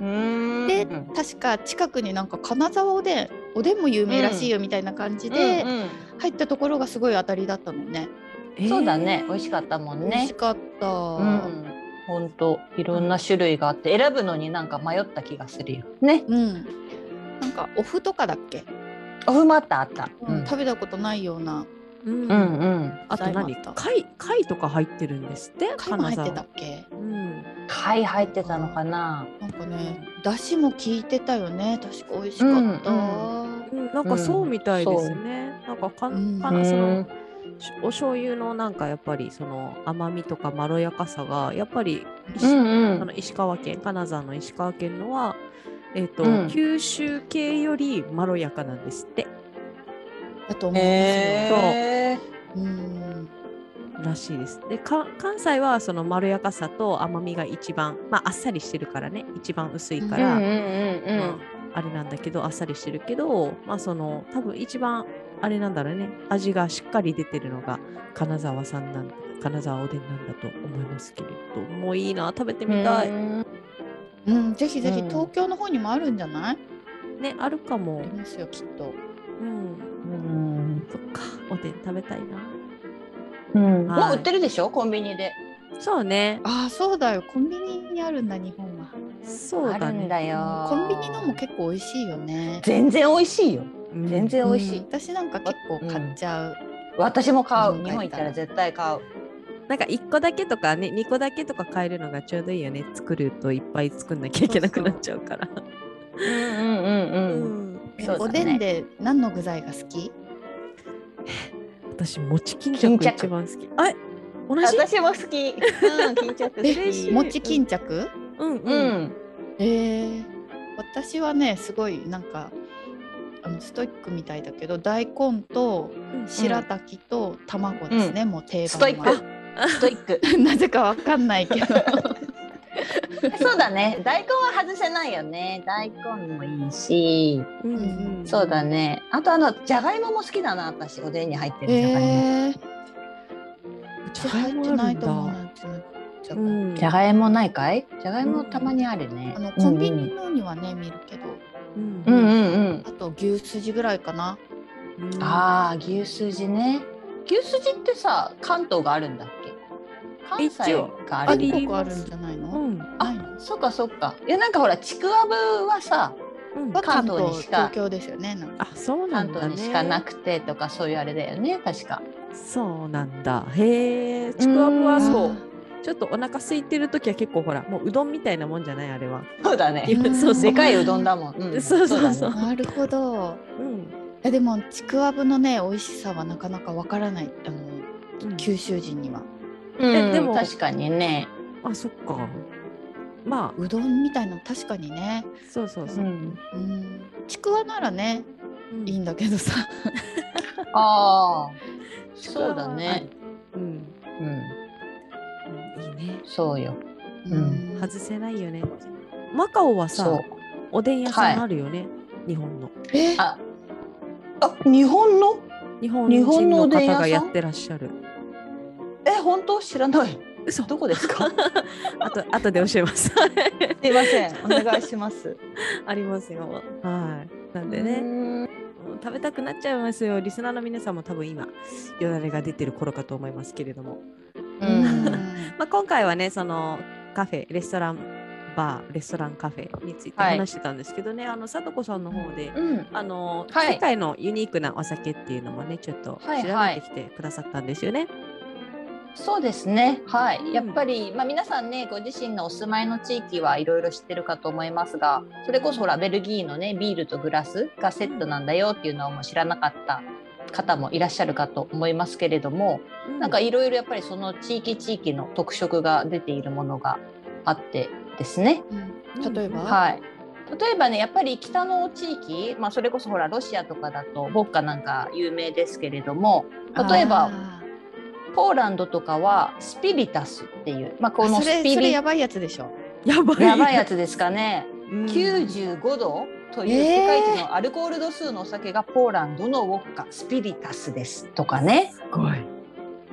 Speaker 2: うーん
Speaker 4: で
Speaker 2: うん
Speaker 4: 確か近くになんか金沢おでんおでんも有名らしいよみたいな感じで
Speaker 2: うんうん
Speaker 4: 入ったところがすごい当たりだったのね。
Speaker 1: えー
Speaker 2: そうだね美味しかったもん
Speaker 4: 美味
Speaker 2: ね
Speaker 4: しかった。
Speaker 2: うん、本当いろんな種類があって選ぶのになんか迷った気がするよ。ね、
Speaker 4: うん、なんかお麩とかだっけ、
Speaker 2: オフマッタあった。うん、
Speaker 4: 食べたことないような
Speaker 1: う。
Speaker 2: うんん、
Speaker 1: あと何？
Speaker 4: 材もあった
Speaker 1: 貝貝とか入ってるんですって。
Speaker 4: 貝も入って
Speaker 1: 金
Speaker 4: たっけ
Speaker 1: 沢。うん。
Speaker 2: 貝入ってたのかな。
Speaker 4: なんかねだしも効いてたよね確か美味しかった、
Speaker 2: うん
Speaker 1: うんなんかそうみたいですね。なんかかんかなそのしお醤油のなんかやっぱりその甘みとかまろやかさがやっぱり石,、
Speaker 2: うんう
Speaker 1: あ
Speaker 2: ん
Speaker 1: の。石川県金沢の石川県のは、えーと
Speaker 2: うん
Speaker 1: 九州系よりまろやかなんですって
Speaker 4: だと思うんですよ。
Speaker 2: へえ。
Speaker 4: うん
Speaker 1: らしいです。でか関西はそのまろやかさと甘みが一番、まあ、あっさりしてるからね一番薄いか
Speaker 2: うんう
Speaker 1: ら、
Speaker 2: んうんう
Speaker 1: ま
Speaker 2: ん。
Speaker 1: ああれなんだけどあっさりしてるけど、まあ、その多分一番あれなんだろうね味がしっかり出てるのが金沢さんなん金沢おでんなんだと思いますけれどもういいな食べてみたい、
Speaker 4: うん、ぜひぜひ
Speaker 2: うん
Speaker 4: 東京の方にもあるんじゃない、
Speaker 1: ねあるかも
Speaker 4: ありますよきっと。
Speaker 1: うん
Speaker 2: うん
Speaker 1: そっかおでん食べたいな
Speaker 2: うん
Speaker 1: はい
Speaker 2: もう売ってるでしょコンビニで。
Speaker 1: そうね
Speaker 4: ああそうだよコンビニにあるんだ日本は。
Speaker 1: そうだね
Speaker 2: だ
Speaker 4: コンビニのも結構美味しいよね。
Speaker 2: 全然美味しいよ。
Speaker 1: うん
Speaker 2: 全然美味しい。
Speaker 4: うん私なんか結構買っちゃう。
Speaker 2: 私も買
Speaker 4: う
Speaker 2: う。
Speaker 4: ん
Speaker 2: 日本行ったら絶対買う。
Speaker 1: なんか1個だけとかね2個だけとか買えるのがちょうどいいよね作るといっぱい作んなきゃいけなくなっちゃうから
Speaker 2: うんうんう
Speaker 1: うん
Speaker 2: うん。
Speaker 1: ん
Speaker 4: え
Speaker 2: そうだね
Speaker 4: おでんで何の具材が好き？
Speaker 1: 私餅巾
Speaker 2: 巾
Speaker 1: 着
Speaker 2: 着
Speaker 1: 一番好きあれ同じ
Speaker 2: 私も好き。うん、巾着好き。
Speaker 4: え餅巾着？
Speaker 1: うんう、
Speaker 2: うんん。
Speaker 4: えー、私はねすごいなんかあのストイックみたいだけど大根と白滝と卵ですね、もう定番は
Speaker 2: ストイック。ストイック。
Speaker 4: あ なぜかわかんないけど
Speaker 2: そうだね。大根は外せないよね。大根もいいし。
Speaker 1: うんうん
Speaker 2: そうだね。あとあのじゃがいもも好きだな。私おでんに入ってるじゃがいも。
Speaker 4: えー、
Speaker 1: じゃがい
Speaker 4: 入っ
Speaker 1: も
Speaker 4: て
Speaker 1: あ
Speaker 4: な
Speaker 1: る
Speaker 4: い
Speaker 1: ん
Speaker 4: と
Speaker 1: だ
Speaker 4: 思うなんていうのじゃが
Speaker 1: うん
Speaker 2: じゃがいもないかい？じゃがいもたまにあるね。
Speaker 4: あのコンビ
Speaker 2: うんう
Speaker 4: ニ
Speaker 2: ん。
Speaker 4: のにはね見るけど
Speaker 1: うん
Speaker 2: うんうんうん。
Speaker 4: あと牛すじぐらいかな
Speaker 1: うん
Speaker 2: ああ牛すじね牛すじってさ関東があるんだっけ関西があ
Speaker 1: 一応
Speaker 4: あ
Speaker 2: る
Speaker 4: 一
Speaker 1: り
Speaker 4: 個あるんじゃないの、
Speaker 1: うん
Speaker 4: ないの
Speaker 2: そっかそっかいやなんかほらちくわぶはさ
Speaker 1: うん
Speaker 4: は関
Speaker 2: 関東に
Speaker 4: 東
Speaker 2: しか
Speaker 4: 東京ですよねなんか
Speaker 1: あそうな
Speaker 2: 関
Speaker 1: んだ、ね、
Speaker 2: 東にしかなくてとかそういうあれだよね確か
Speaker 1: そうなんだへえちくわぶはそううんちょっとお腹空いてる時は結構ほらもううどんみたいなもんじゃないあれは、
Speaker 2: そうだね
Speaker 4: うん
Speaker 1: そうそう
Speaker 2: でかいうどんだもん、うん、
Speaker 1: そうそうそう
Speaker 2: だね
Speaker 4: なるほど
Speaker 1: うん
Speaker 4: えでもちくわぶのね美味しさはなかなかわからないあの
Speaker 1: うん
Speaker 4: 九州人には
Speaker 2: うん
Speaker 1: えでも
Speaker 2: 確かにね、
Speaker 1: あそっかまあ
Speaker 4: うどんみたいな確かにね
Speaker 1: そうそうそうう、
Speaker 2: ん、
Speaker 4: うんちくわならね
Speaker 1: うん
Speaker 4: いいんだけどさ
Speaker 2: ああそうだね
Speaker 1: うん、
Speaker 2: うん
Speaker 1: うんいいね
Speaker 2: そうよ
Speaker 4: うんん
Speaker 1: 外せないよねマカオは
Speaker 2: そ
Speaker 1: さ
Speaker 2: う
Speaker 1: おでん屋さんあるよね、日本の
Speaker 4: え
Speaker 2: ああ日本の
Speaker 1: 日本
Speaker 2: 日本
Speaker 1: 人
Speaker 2: のお
Speaker 1: の
Speaker 2: でん屋さん
Speaker 1: 方がやってらっしゃる
Speaker 2: え本当知らない
Speaker 1: 嘘
Speaker 2: どこですか
Speaker 1: あと後で教えま
Speaker 2: す
Speaker 1: す
Speaker 2: いませんお願いします
Speaker 1: ありますよはいなんで
Speaker 2: ね。
Speaker 1: ねもう食べたくなっちゃいますよリスナーの皆さんも多分今よだれが出てる頃かと思いますけれども、
Speaker 2: うん。
Speaker 1: まあ、今回はねそのカフェレストランバーレストランカフェについて
Speaker 2: はい
Speaker 1: 話してたんですけどね、あの貞子さんの方で、
Speaker 2: うん。
Speaker 1: あの
Speaker 2: はい
Speaker 1: 世界のユニークなお酒っていうのもねちょっと調
Speaker 2: はい
Speaker 1: べ
Speaker 2: はい
Speaker 1: てきてくださったんですよね。
Speaker 2: そうですね。はい。やっ
Speaker 1: うん
Speaker 2: ぱり、まあ、皆さんね、ご自身のお住まいの地域はいろいろ知ってるかと思いますが、それこそほら、ベルギーのね、ビールとグラスがセットなんだよっていうのはもう知らなかった方もいらっしゃるかと思いますけれども、なんかいろいろやっぱりその地域地域の特色が出ているものがあってですね。
Speaker 4: うん例えば
Speaker 2: はい。例えばね、やっぱり北の地域、まあ、それこそほら、ロシアとかだと、ボッカなんか有名ですけれども、例えば、
Speaker 4: あ
Speaker 2: ポーランドとかはスピリタスっていう、まあ、
Speaker 4: ー
Speaker 2: この
Speaker 4: あそ
Speaker 2: ス
Speaker 4: れ
Speaker 2: ピ
Speaker 4: それ
Speaker 2: リ
Speaker 4: やばいやつでしょ
Speaker 1: やばい
Speaker 2: やばいやつですかね、
Speaker 1: うん
Speaker 2: 95度という世界一のアルコール度数のお酒がポーランドのウォッカスピリタスですとかね、
Speaker 1: すごい。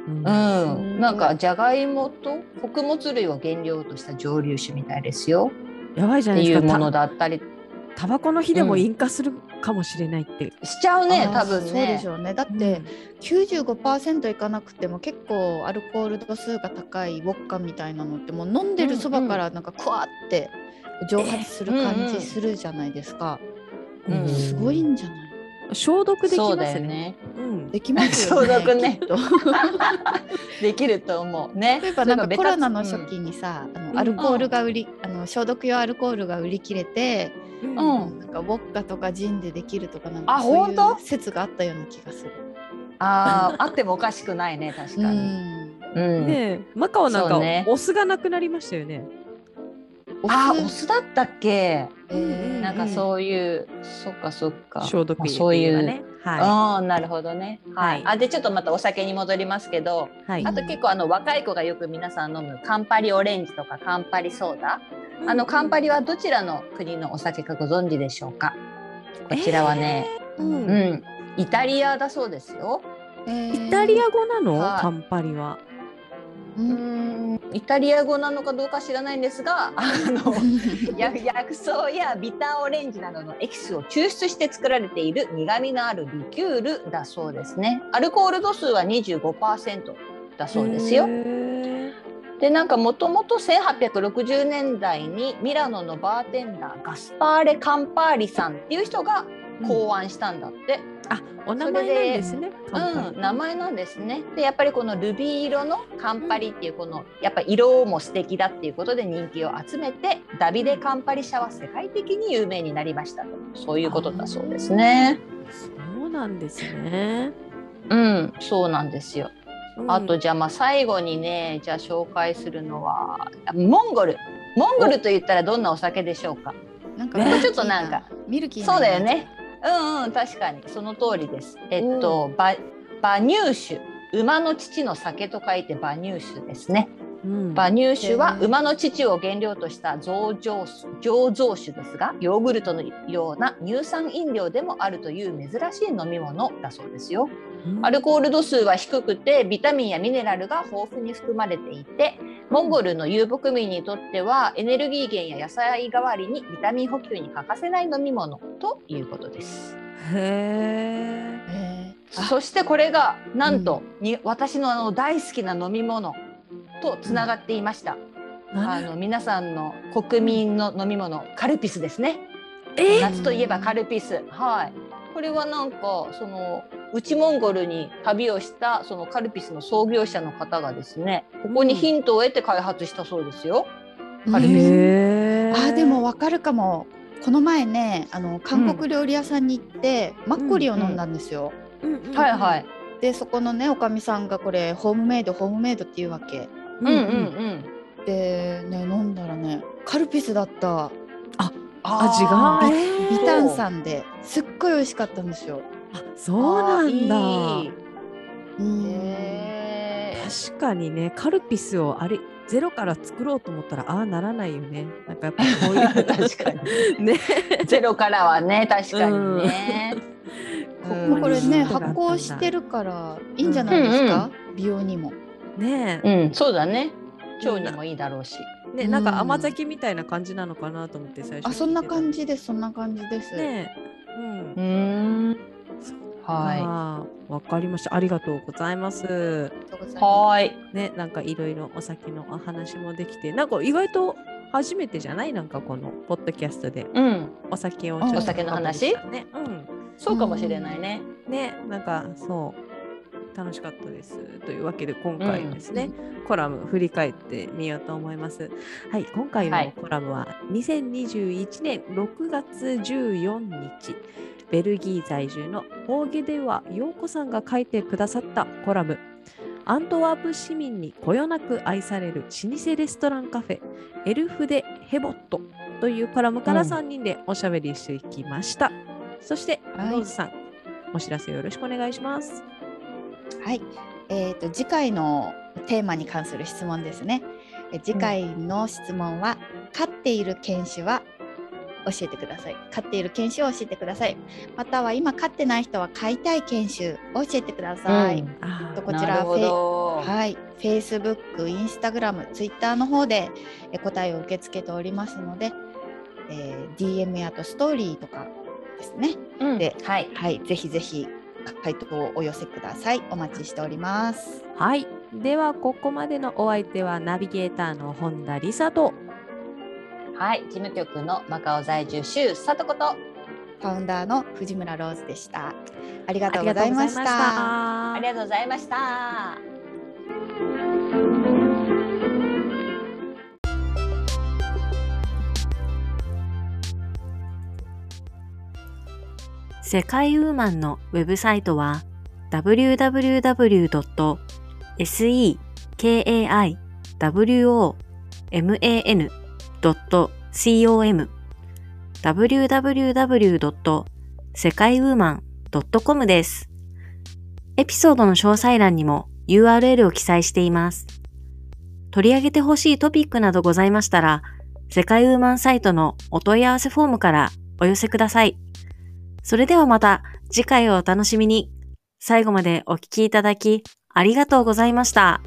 Speaker 1: うん
Speaker 2: う
Speaker 1: あ
Speaker 2: ん、なんかじゃがいもと穀物類を原料とした蒸留酒みたいですよ
Speaker 1: やばいじゃ
Speaker 2: っ
Speaker 1: な
Speaker 2: て
Speaker 1: いで
Speaker 2: いう
Speaker 1: す
Speaker 2: も
Speaker 1: か
Speaker 2: の
Speaker 1: た
Speaker 2: だったり
Speaker 1: タバコの火でも
Speaker 2: うん
Speaker 1: 引火するかもしれないって。
Speaker 2: しちゃうね
Speaker 4: あー
Speaker 2: 多分
Speaker 4: そうで
Speaker 2: ね
Speaker 4: し。ょうねだって95%いかなくても結構アルコール度数が高いウォッカみたいなのってもう飲んでるそばからなんかクワーって蒸発する感
Speaker 2: うんうん
Speaker 4: じするじゃないですか、
Speaker 2: うんうん
Speaker 4: すごいんじゃない
Speaker 1: 消毒でき
Speaker 2: そ
Speaker 1: ま
Speaker 2: うだ
Speaker 1: す
Speaker 2: よ
Speaker 1: ね。
Speaker 2: ね。
Speaker 1: うん
Speaker 4: できますよね
Speaker 2: 消毒ね
Speaker 4: きっ と
Speaker 2: できると思うね。
Speaker 4: 例えばなんか
Speaker 2: ベ
Speaker 4: コ
Speaker 2: タ
Speaker 4: ロナの初期にさ、あのアルコールが売り、あの消毒用アルコールが売り切れて、
Speaker 1: うん
Speaker 2: うん
Speaker 4: なんかウォッカとかジンでできるとかなんか
Speaker 2: あ
Speaker 4: そうい
Speaker 2: 本当
Speaker 4: う説があったような気がする。
Speaker 2: あーあってもおかしくないね確かに。うん
Speaker 1: ねえマカオなん
Speaker 2: そ
Speaker 1: か
Speaker 2: うね
Speaker 1: お酢がなくなりましたよね。
Speaker 4: お
Speaker 2: あ
Speaker 4: 酢
Speaker 2: お酢だったっけ、
Speaker 4: えー
Speaker 2: なんかそういう、そっかそっか
Speaker 1: 消毒
Speaker 2: まあ
Speaker 1: 入れ
Speaker 2: そういう、
Speaker 1: ね。は
Speaker 2: ああなるほどねはい、
Speaker 1: はい
Speaker 2: あでちょっとまたお酒に戻りますけど
Speaker 1: い。はい
Speaker 2: あと結構あの若い子がよく皆さん飲むカンパリオレンジとかカンパリソーダ、あのカンパリはどちらの国のお酒かご存知でしょうかこちらはね、
Speaker 1: えーうん
Speaker 2: うん、イタリアだそうですよ。
Speaker 1: イタリ
Speaker 4: ア、
Speaker 1: ア語なの、
Speaker 2: はい
Speaker 1: カンパリは。
Speaker 2: うん、イタリア語なのかどうか知らないんですが、あのや薬草やビターオレンジなどのエキスを抽出して作られている苦味のあるリキュールだそうですね。アルコール度数は25%だそうですよ
Speaker 1: へ。ー
Speaker 2: でなんかもともと1860年代にミラノのバーテンダーガスパーレ・カンパーリさんっていう人が考案したんだって、
Speaker 1: あ、お名前なんですね。カンパ
Speaker 2: うん、名前なんですね。でやっぱりこのルビー色のカンパリっていうこのやっぱ色も素敵だっていうことで人気を集めてダビデ・カンパリ社は世界的に有名になりましたとそういうことだそうですね。
Speaker 1: リそうなんですね。
Speaker 2: うん、そうなんですよ。
Speaker 1: うん
Speaker 2: あとじゃあまあ最後にねじゃあ紹介するのはモンゴル。モンゴルと言ったらどんなお酒でしょうか。
Speaker 4: なんか
Speaker 1: ね
Speaker 4: ミルキー
Speaker 2: ちょっとなんか
Speaker 4: ミルキーな
Speaker 2: そうだよね。うんうん確かにその通りです。えっと、ば馬乳酒馬の乳の酒と書いて馬乳酒ですね。
Speaker 1: うん
Speaker 2: 馬乳酒は
Speaker 4: へー
Speaker 2: 馬の乳を原料とした醸造酒醸造酒ですがヨーグルトのような乳酸飲料でもあるという珍しい飲み物だそうですよ。アルコール度数は低くてビタミンやミネラルが豊富に含まれていてモンゴルの遊牧民にとってはエネルギー源や野菜代わりにビタミン補給に欠かせない飲み物ということです。
Speaker 1: へー
Speaker 4: へ
Speaker 2: そしてこれがなんと、に私のあの大好きな飲み物とつながっていました。あ
Speaker 1: な
Speaker 2: の皆さんの国民の飲み物カルピスですね。
Speaker 1: え
Speaker 2: 夏といえばカルピス。はい。これはなんかその内モンゴルに旅をしたそのカルピスの創業者の方がですね、ここにヒントを得て開発したそうですよ。
Speaker 4: え
Speaker 2: カルピス。
Speaker 1: へー
Speaker 4: あでもわかるかもこの前ねあの韓国料理屋さんに行って、マッコリを飲んだんですよ、
Speaker 1: うんうんうん
Speaker 2: はいはい。
Speaker 4: でそこのねおかみさんがこれホームメイドホームメイドっていうわけ
Speaker 2: うんうんうん。
Speaker 4: でね飲んだらねカルピスだった
Speaker 1: 味
Speaker 2: あ
Speaker 1: が
Speaker 2: ー
Speaker 1: え
Speaker 4: ビタン
Speaker 2: ん。
Speaker 4: 酸ですっごい美味しかったんですよ、
Speaker 1: あそうなん
Speaker 2: あーい
Speaker 1: だ
Speaker 2: い
Speaker 4: うん
Speaker 2: へー
Speaker 1: 確かにねカルピスをあれゼロから作ろうと思ったらああならないよねなんかやっぱこうい う
Speaker 2: 確かに
Speaker 1: ね
Speaker 2: ゼロからはね確かにね。
Speaker 1: うん
Speaker 4: もうこれ
Speaker 1: う
Speaker 4: ね
Speaker 1: ん
Speaker 4: 発酵してるからいいんじゃないですか、美容にも
Speaker 1: ね
Speaker 2: うん、そうだね。腸にもいいだろうし。
Speaker 1: えねなんか甘酒みたいな感じなのかなと思って最初
Speaker 4: あそんな感
Speaker 1: じ
Speaker 4: じですそんな感じです、
Speaker 1: ねえうん
Speaker 2: ん。は
Speaker 1: はいわかりましたありがとうございます
Speaker 4: ありがとうござい
Speaker 2: い。
Speaker 4: ま
Speaker 2: はーい。
Speaker 1: ねなんかいろいろお酒のお話もできてなんか意外と初めてじゃないなんかこのポッドキャストで
Speaker 2: うん。
Speaker 1: お酒をちょっと
Speaker 4: お酒
Speaker 1: 深
Speaker 2: の
Speaker 1: 掘り
Speaker 2: 話
Speaker 1: したねうん
Speaker 2: そうかもしれないね。
Speaker 1: ねなんかそう楽しかったですというわけで今回ですね、コラム振り返ってみようと思いますはい今回
Speaker 2: は
Speaker 1: の
Speaker 2: い
Speaker 1: コラムは2021年6月14日、ベルギー在住の大毛では陽子さんが書いてくださったコラムアントワープ市民にこよなく愛される老舗レストランカフェエルフ・デ・ヘボットというコラムから
Speaker 2: うん
Speaker 1: 3人でおしゃべりしていきました、そして
Speaker 4: はい
Speaker 1: ローズさんお知らせよろしくお願いします。
Speaker 4: すはいえー、と次回のテーマに関する質問ですねえ次回の質問は、飼っている犬種は教えてください飼っている犬種を教えてくださいまたは今飼ってない人は飼いたい犬種を教えてください、
Speaker 2: うん
Speaker 1: あ
Speaker 4: ど
Speaker 1: ー
Speaker 4: こち
Speaker 2: な
Speaker 4: ら
Speaker 2: るほど。
Speaker 4: はい、Facebook、Instagram、Twitter の方でえ答えを受け付けておりますので、えー DM やとストーリーとかですね。
Speaker 2: うん
Speaker 4: で
Speaker 2: はい。
Speaker 4: はい、ぜひぜひ回答をお寄せください。お待ちしております。
Speaker 1: はい、ではここまでのお相手はナビゲーターの本田理沙と
Speaker 2: はい。事務局のマカオ在住周さとこと。
Speaker 4: ファウンダーの藤村ローズでした。ありが
Speaker 1: あ
Speaker 4: とうございま
Speaker 1: り
Speaker 4: し
Speaker 1: がとうございま
Speaker 4: た。
Speaker 2: ありがとうございました。
Speaker 6: 世界ウーマンのウェブサイトは www.sekaiwoman.com www.sekaiwoman.com です。エピソードの詳細欄にも URL を記載しています。取り上げてほしいトピックなどございましたら、世界ウーマンサイトのお問い合わせフォームからお寄せください。それではまた次回をお楽しみに。最後までお聞きいただきありがとうございました。